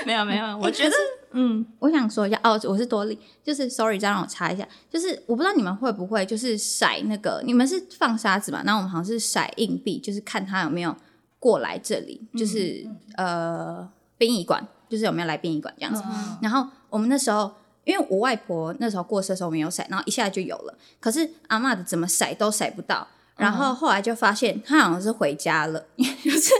S1: 没有没有，我觉得嗯，
S2: 我想说一下哦，我是多利，就是 sorry，再让我查一下，就是我不知道你们会不会就是甩那个，你们是放沙子嘛？那我们好像是甩硬币，就是看他有没有过来这里，
S1: 嗯
S2: 就是、呃殡仪馆，就是有没有来殡仪馆这样子。
S3: 嗯
S2: 然后我们那时候，因为我外婆那时候过世的时候没有晒，然后一下就有了。可是阿嬷的怎么晒都晒不到，
S1: 嗯
S2: 然后后来就发现她好像是回家了， 就是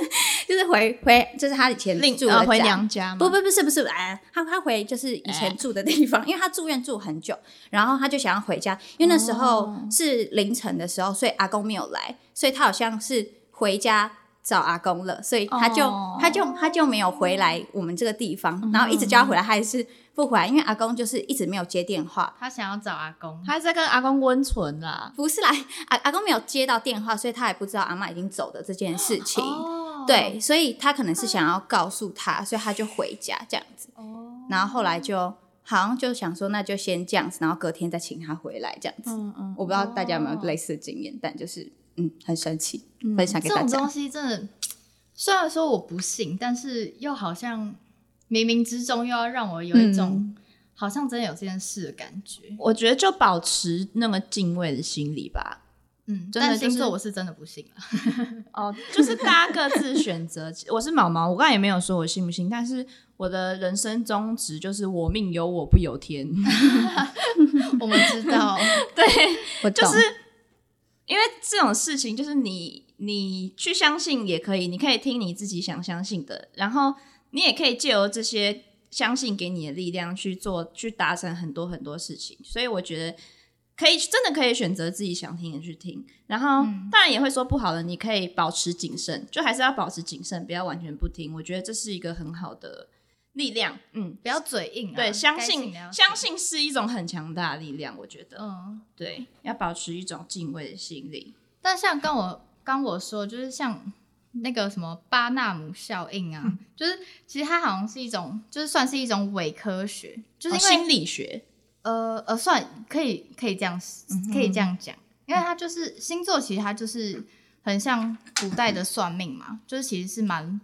S2: 就是回回就是她以前
S1: 另
S2: 住
S1: 呃
S2: 的
S1: 回
S2: 家。
S1: 娘家嘛，哎
S2: 不不不是不是，哎，她她回就是以前住的地方， 因为她住院住很久，然后她就想要回家，因为那时候
S1: 哦
S2: 是凌晨的时候，所以阿公没有来，所以她好像是回家找阿公了，所以她就、
S1: 哦嗯
S2: 她就她就没有回来我们这个地方，然后一直叫她回来，她还是不回来，因为阿公就是一直没有接电话，
S3: 他想要找阿公，
S1: 他在跟阿公温存啦。
S2: 不是啦，阿阿公没有接到电话，所以她也不知道阿妈已经走的这件事情。
S3: 哦，
S2: 对，所以她可能是想要告诉她，所以她就回家这样子。
S3: 哦
S2: 然后后来就好像就想说，那就先这样子，然后隔天再请他回来这样子。
S1: 嗯嗯，
S2: 我不知道大家有没有类似的经验，但就是嗯，很神奇，
S1: 嗯
S2: 分享给
S3: 这
S2: 大
S3: 种东
S2: 家。
S3: 西真的，虽然说我不信，但是又好像冥冥之中又要让我有一
S1: 嗯
S3: 种、好像真的有这件事的感觉。
S1: 我觉得就保持那么敬畏的心理吧。
S3: 嗯，
S1: 真的
S3: 但
S1: 就
S3: 星座
S1: 是
S3: 我是真的不信 了。
S1: 哦，就是大家各自选择。 我是毛毛，我刚才也没有说我信不信，但是我的人生宗旨就是我命由我不由天，
S3: 我们知道，
S2: 我
S1: 就
S2: 懂，
S1: 是因为这种事情，就是你你去相信也可以，你可以听你自己想相信的，然后你也可以借由这些相信给你的力量去做，去达成很多很多事情。所以我觉得。可以真的可以选择自己想听的去听，然后当然也会说不好的，你可以保持谨慎，就还是要保持谨慎，不要完全不听。我觉得这是一个很好的力量，嗯，
S3: 不要嘴硬、啊，
S1: 对，相
S3: 该
S1: 信
S3: 的要
S1: 相，信是一种很强大的力量，我觉得，
S3: 嗯。
S1: 对，要保持一种敬畏的心理。
S3: 但像跟我刚我说，就是像那个什么巴纳姆效应啊，就是其实它好像是一种，就是算是一种伪科学，就是
S1: 哦
S3: 因为、
S1: 心理学，
S3: 呃呃，算可以可以这样可以这样讲，因为它就是星座，其实它就是很像古代的算命嘛，就是其实是蛮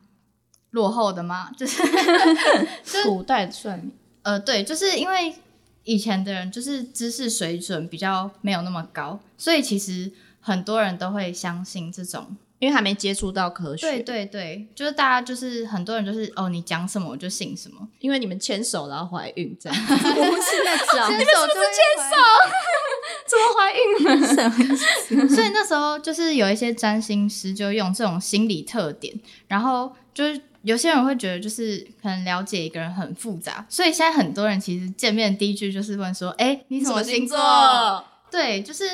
S3: 落后的嘛，就是
S1: 古代算命，
S3: 呃对，就是因为以前的人就是知识水准比较没有那么高，所以其实很多人都会相信这种。
S1: 因为还没接触到科学，
S3: 对，对对，就是大家就是很多人就是哦，你讲什么我就信什么，
S1: 因为你们牵手然后怀孕这样，
S2: 不是那 种
S3: 牵手就是牵手。
S1: 怎么怀 孕了？
S3: 所以那时候就是有一些占星师就用这种心理特点，然后就是有些人会觉得就是可能了解一个人很复杂，所以现在很多人其实见面第一句就是问说：“哎、你什么星座？”对，就是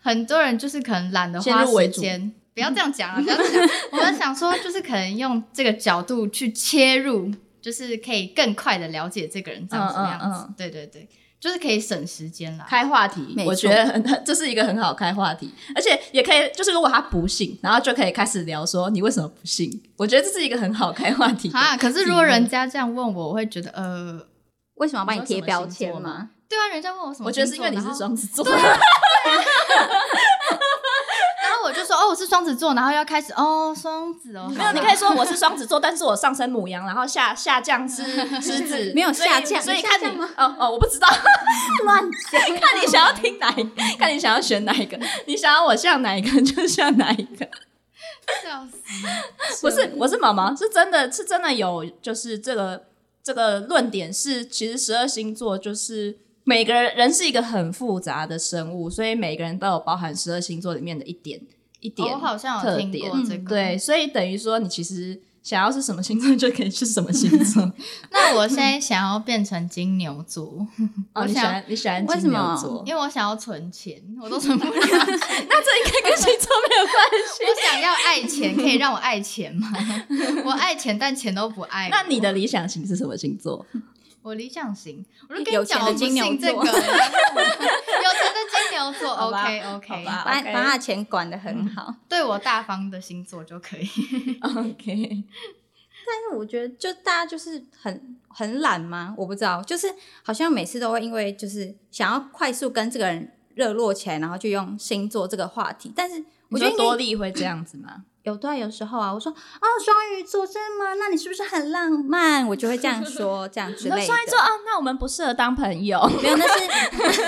S3: 很多人就是可能懒得花
S1: 先入为
S3: 时
S1: 主
S3: 间。不要这样讲啊！不要这样讲，我们想说，就是可能用这个角度去切入，就是可以更快的了解这个人长什么样子。
S1: 嗯嗯嗯
S3: 对对对，就是可以省时间啦。
S1: 开话题
S2: 没，错
S1: 我觉得很这是一个很好开话题，而且也可以，就是如果他不信，然后就可以开始聊说你为什么不信？我觉得这是一个很好开话题的
S3: 啊，可是如
S1: 题
S3: 果
S1: 目
S3: 人家这样问我，我会觉得呃，
S2: 为什么要帮你
S1: 你说
S2: 贴
S1: 什么
S2: 标
S1: 星
S2: 签
S1: 座吗
S2: 吗？
S3: 对啊，人家问我什么
S1: 我
S3: 星座，
S1: 觉得是因为你是
S3: 然后
S1: 双子座，
S3: 然后我就说哦，我是双子座，然后要开始哦，双子哦，
S1: 没有，你可以说我是双子座，但是我上升母羊，然后下下降是狮子，
S2: 没有
S1: 所以
S2: 下降
S1: 所以
S2: 下
S1: 看
S2: 降
S1: 你
S2: 吗
S1: 哦哦，我不知道，
S2: 乱讲，
S1: 看你想要听哪一个，看你想要选哪一个，你想要我像哪一个就像哪一个。
S3: 笑死！
S1: 不是，我是毛毛，是真的是真的有，就是这个这个论点是，其实十二星座就是每个人人是一个很复杂的生物，所以每个人都有包含十二星座里面的一点一
S2: 哦
S1: 点、
S3: 哦我好像有
S1: 特
S3: 听
S1: 点嗯
S3: 过这个。
S1: 对，所以等于说你其实想要是什么星座就可以是什么星座。
S3: 那我现在想要变成金牛座，
S1: 哦，
S3: 我
S1: 你喜
S3: 想
S1: 欢你喜欢
S2: 为
S1: 金
S2: 什
S1: 牛
S2: 么
S1: 座，
S3: 因为我想要存钱，我都存不了钱。
S1: 那这应该跟星 座没有关 系。
S3: 我想要爱钱，可以让我爱钱吗？ 我爱钱，但钱都不爱我。
S1: 那你的理想型是什么星座？
S3: 我理想型，我就跟
S2: 有
S3: 你
S2: 钱
S3: 讲，
S2: 的
S3: 我不
S2: 金牛
S3: 信这
S2: 座
S3: 个。有钱 的金牛 座
S1: 好吧
S3: ，OK OK，
S1: 好吧
S2: 把
S1: OK
S2: 把他的钱管得很好。
S3: 对我大方的星座就可以。
S1: OK，
S2: 但是我觉得，就大家就是很很懒吗？我不知道，就是好像每次都会因为就是想要快速跟这个人热络起来，然后就用星座这个话题。但是我
S1: 我
S2: 觉得
S1: 觉得
S2: 应该
S1: 多利会这样子吗？
S2: 有对啊，有时候啊，我说哦，双鱼座真的吗？那你是不是很浪漫？我就会这样说，这样之
S1: 你
S2: 类
S1: 说
S2: 的。
S1: 双鱼座啊，那我们不适合当朋友。
S2: 没有，那是那是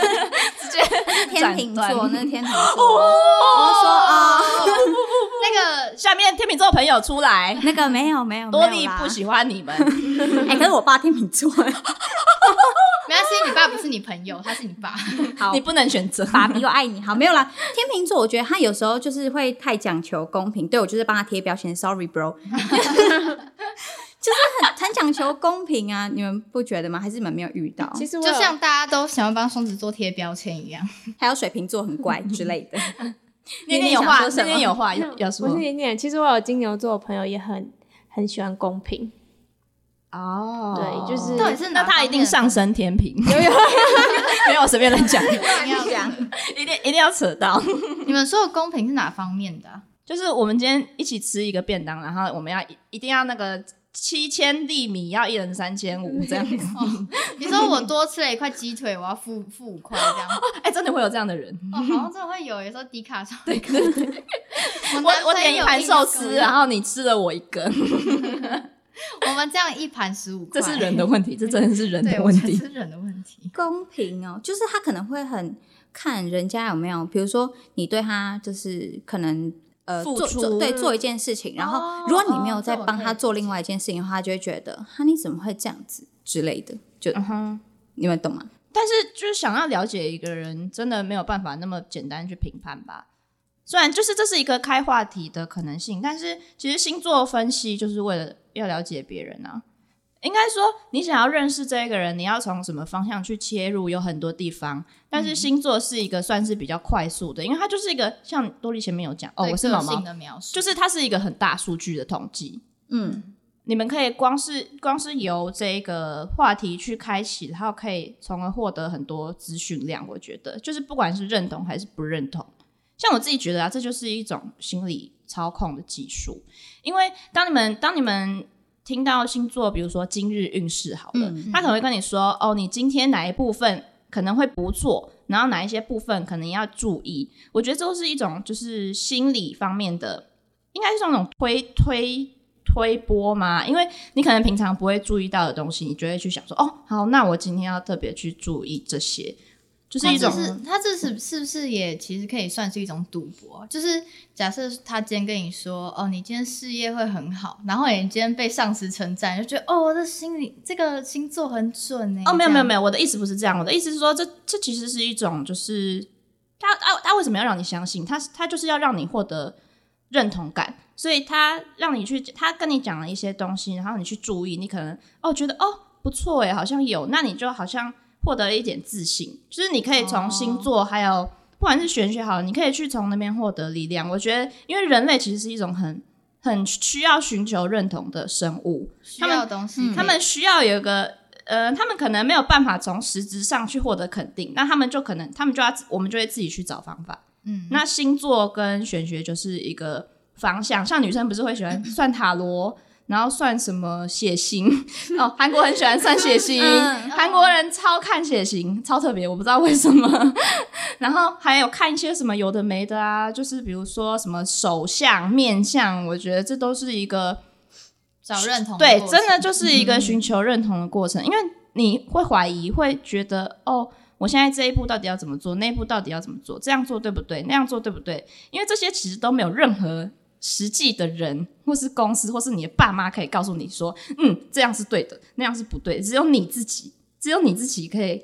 S2: 天秤
S1: 斩
S2: 座，
S1: 断
S2: 那是天 秤座。我就说啊、 哦，
S1: 那个下面天秤座朋友出来，
S2: 那个没有没有，
S1: 多
S2: 哦没
S1: 利
S2: 有啦
S1: 不。喜欢你们。
S2: 哎、可是我爸天秤座，
S3: 没关系，你爸不是你朋友，他是你 爸。
S2: 好
S1: 你，不能选择。
S2: 爸比我爱你好，没有啦。天秤座，我觉得他有时候就是会太讲求公平，对我就是帮他贴标签，sorry bro，就是很很讲求公平啊，你们不觉得吗？还是你们没有遇到？
S4: 其实我
S3: 就
S4: 有
S3: 像大家都想要帮双子座贴标签一样，
S2: 还有水瓶座很乖之类的，
S1: 念念有话，
S2: 你想说什么
S1: 念念有话
S4: 那
S1: 要要说
S4: 不是点点，其实我有金牛座的朋友也很很喜欢公平，
S1: 哦
S4: 对就是
S3: 到底是
S1: 那
S3: 哪
S1: 他一定上升天平， 没有我随便乱讲，
S3: 方面的
S2: 讲
S1: 一定一定要扯到。
S3: 你们说的公平是哪方面的啊、
S1: 就是我们今天一起吃一个便当，然后我们要一一定要那个七千粒米要一人三千 五这样子。
S3: 你说我多吃了一块鸡腿，我要付付五块这样。
S1: 哎、真的会有这样的人。
S3: 哦，好像真的会有，有时候迪卡上对对 对，
S1: 我我点一盘寿 司，啊然后你吃了我一个，
S3: 我们这样一盘十五块，
S1: 这是人的问题，这真的是人
S3: 对，
S1: 的
S3: 我
S1: 问
S3: 觉得
S1: 题。
S3: 是人的问题。
S2: 公平哦，就是他可能会很看人家有没有，比如说你对他就是可能。呃，
S1: 付
S2: 做
S1: 出
S2: 做对做一件事情，然后如果你没有在帮他做另外一件事情的话，他就会觉得哈你怎么会这样子之类的，就、你们懂吗？
S1: 但是就是想要了解一个人，真的没有办法那么简单去评判吧。虽然就是这是一个开话题的可能性，但是其实星座分析就是为了要了解别人啊。应该说，你想要认识这个人，你要从什么方向去切入，有很多地方。但是星座是一个算是比较快速的，因为它就是一个像多莉前面有讲哦，
S3: 对
S1: 我是
S3: 个
S1: 毛毛
S3: 性，的描述，
S1: 就是它是一个很大数据的统计。
S2: 嗯，
S1: 你们可以光是光是由这个话题去开启，然后可以从而获得很多资讯量。我觉得，就是不管是认同还是不认同，像我自己觉得啊，这就是一种心理操控的技术。因为当你们当你们听到星座，比如说今日运势好了，他可能会跟你说：“哦，你今天哪一部分可能会不错，然后哪一些部分可能要注意。”我觉得这都是一种就是心理方面的，应该是那种推推推波嘛，因为你可能平常不会注意到的东西，你就会去想说：“哦，好，那我今天要特别去注意这些。”就是一种
S3: 它这是他这是是不是也其实可以算是一种赌博？就是假设他今天跟你说，哦，你今天事业会很好，然后你今天被上司称赞，就觉得哦，这心里这个星座很准欸呢、
S1: 哦，没有没有没
S3: 有，
S1: 有，我的意思不是这样，我的意思是说，这这其实是一种，就是他他他为什么要让你相信？他他就是要让你获得认同感，所以他让你去，他跟你讲了一些东西，然后你去注意，你可能哦觉得哦不错诶，好像有，那你就好像获得了一点自信，就是你可以从星座还有。不管是玄学好了，你可以去从那边获得力量。我觉得，因为人类其实是一种很很需要寻求认同的生物，
S3: 需要的东西，
S1: 他们需要有一个呃，他们可能没有办法从实质上去获得肯定，那他们就可能他们就要我们就会自己去找方法。
S3: 嗯，
S1: 那星座跟玄学就是一个方向，像女生不是会喜欢算塔罗。然后算什么血型哦？韩国很喜欢算血型，
S2: 嗯
S1: 韩国人超看血型，超特别，我不知道为什么。 然后还有看一些什么有的没的啊，就是比如说什么手相、面相，我觉得这都是一个
S3: 找认同，
S1: 对，真的就是一个寻求认同的过程，因为你会怀疑，会觉得哦，我现在这一步到底要怎么做，那一步到底要怎么做，这样做对不对，那样做对不对？因为这些其实都没有任何实际的人，或是公司，或是你的爸妈可以告诉你说，嗯，这样是对的，那样是不对的。只有你自己，只有你自己可以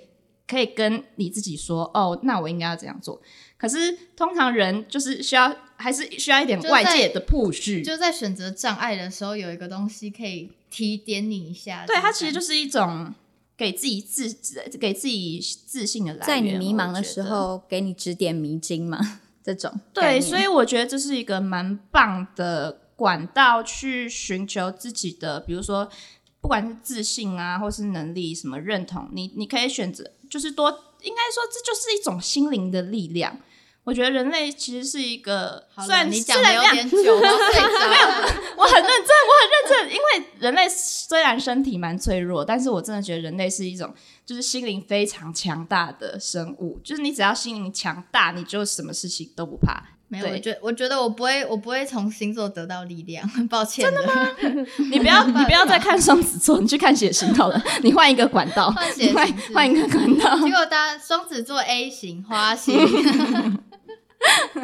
S1: 可以跟你自己说，哦，那我应该要这样做。可是通常人就是需要，还是需要一点
S3: 就在
S1: 外界的 push。
S3: 就在选择障碍的时候，有一个东西可以提点你一下。
S1: 对，它其实就是是一种给自己自自给自己自信的来源。
S2: 在你迷
S1: 我
S2: 茫的
S1: 觉
S2: 时
S1: 得
S2: 候给你指点迷津嘛， 这种概
S1: 对，
S2: 念
S1: 所以我觉得这是一个蛮棒的管道，去寻求自己的，比如说不管是自信啊，或是能力什么认同，你你可以选择，就是多应该说这就是一种心灵的力量。我觉得人类其实是一个，
S3: 好
S1: 虽
S3: 了，
S1: 然
S3: 你
S1: 虽
S3: 讲的
S1: 然
S3: 有
S1: 这样
S3: 点久，我要 睡着了。
S1: 我很认真，我很认真，因为人类虽然身体蛮脆弱，但是我真的觉得人类是一种就是心灵非常强大的生物，就是你只要心灵强大，你就什么事情都不怕。
S3: 没有，
S1: 对
S3: 我觉我觉得我不会，我不会从星座得到力量，抱歉。真的吗？
S1: 你不要，你不要再看双子座， 你去看血型 好了。你换一个管道，
S3: 换血
S1: 你换
S3: 型是
S1: 换一个管道。
S3: 结果大家双子座 A 型花型，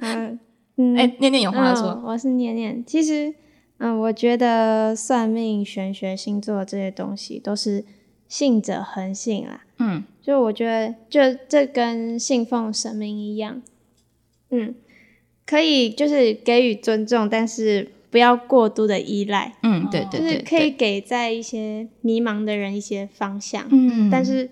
S4: 嗯嗯，
S1: 哎、念念有话说，
S4: 嗯，我是念念。其实，嗯，我觉得算命、玄学、星座这些东西都是信者恒信啦。
S1: 嗯，
S4: 就我觉得，就这跟信奉神明一样，嗯，可以就是给予尊重，但是不要过度的依赖，
S1: 嗯，对对
S4: 就
S1: 对
S4: 是可以
S1: 对，
S4: 给在一些迷茫的人一些方向，
S1: 嗯
S4: 但是，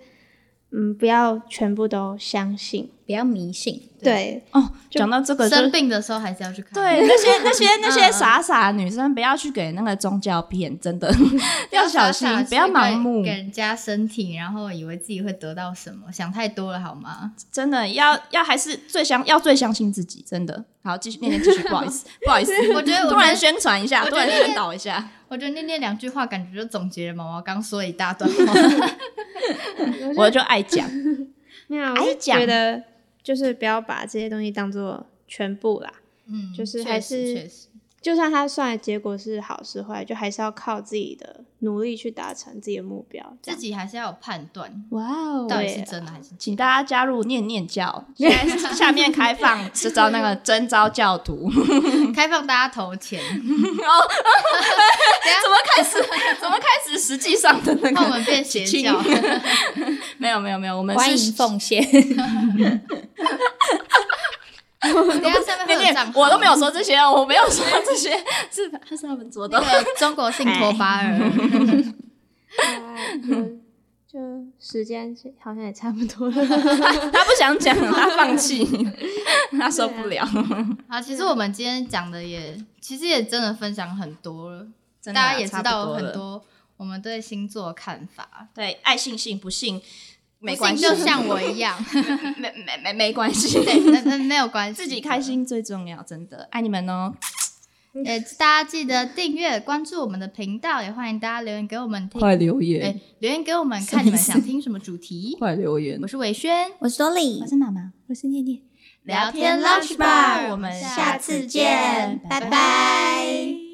S4: 嗯，不要全部都相信。
S2: 不要迷信。
S4: 对，
S1: 哦，讲到这个就
S3: 生
S1: 是。
S3: 病的时候还是要去看。
S1: 对，那些那些那
S3: 嗯
S1: 些
S3: 嗯
S1: 傻傻的女生，不要去给那个宗教骗，真的
S3: 不
S1: 要小
S3: 傻
S1: 心
S3: 傻，
S1: 不要
S3: 去
S1: 盲
S3: 给
S1: 目
S3: 给，人家身体，然后以为自己会得到什么，想太多了好吗？
S1: 真的要要还是最相要最相信自己，真的。好，继续念念继续，不好意 思，不好意思，
S3: 我觉得我
S1: 突然
S3: 们
S1: 宣传一下，
S3: 我觉
S1: 突
S3: 得
S1: 然宣导一下，
S3: 我觉得念念两句话，感觉就总结了毛毛刚说的一大段 话。
S1: 我就爱讲，
S4: 没有，
S1: 哎
S4: 我是
S1: 讲
S4: 觉得就是不要把这些东西当做全部啦。
S3: 嗯，
S4: 就是
S3: 确
S4: 还
S3: 实
S4: 是
S3: 确实
S4: 就算他算的结果是好是坏，就还是要靠自己的努力去达成自己的目标。这
S3: 自
S4: 样
S3: 己还是要有判断，
S1: 哇哦
S3: 到底
S4: 对
S3: 是
S4: 啊
S3: 真的还是
S1: 请大家加入念念教，现在是下面开 放是招那个征招教徒。
S3: 开放大家投钱。
S1: 怎么开始？怎么开始？实际上的 那
S3: 那我
S1: 个
S3: 们变邪教，
S1: 请没有没有没有，我们
S2: 欢
S1: 是
S2: 迎奉献，
S3: 等一下下面会
S1: 念
S3: 有
S1: 念
S3: 账，号，
S1: 我都没有说这些哦，我没有说这些， 是他是他们做的。
S3: 那个中国信托巴尔，
S1: 哎
S4: 大概 就就时间好像也差不多了。
S1: 他不想讲， 他放弃，他受不了。
S3: 啊，其实我们今天讲的也，其实也真的分享很多了，
S1: 真的啊
S3: 大家也知道
S1: 差
S3: 很
S1: 不了
S3: 多我们对星座的看法。
S1: 对，爱信信不信
S3: 不
S1: 没
S3: 信
S1: 关系，
S3: 就像我一 样，
S1: 没没没没 关系，
S3: 对，那那没有关系，
S1: 自己开。心最重要，真的爱你们哦。
S3: 也大家记得订阅、关注我们的频道，也欢迎大家留言给我们听，
S1: 留言，
S3: 哎，留言给我们看你们想听什么主题。
S1: 快留言
S3: 我是伟轩，
S2: 我是 Dolly，
S1: 是妈妈，
S2: 我是念念。
S3: 聊天 Lunch Bar，
S1: 我们
S2: 下次见拜拜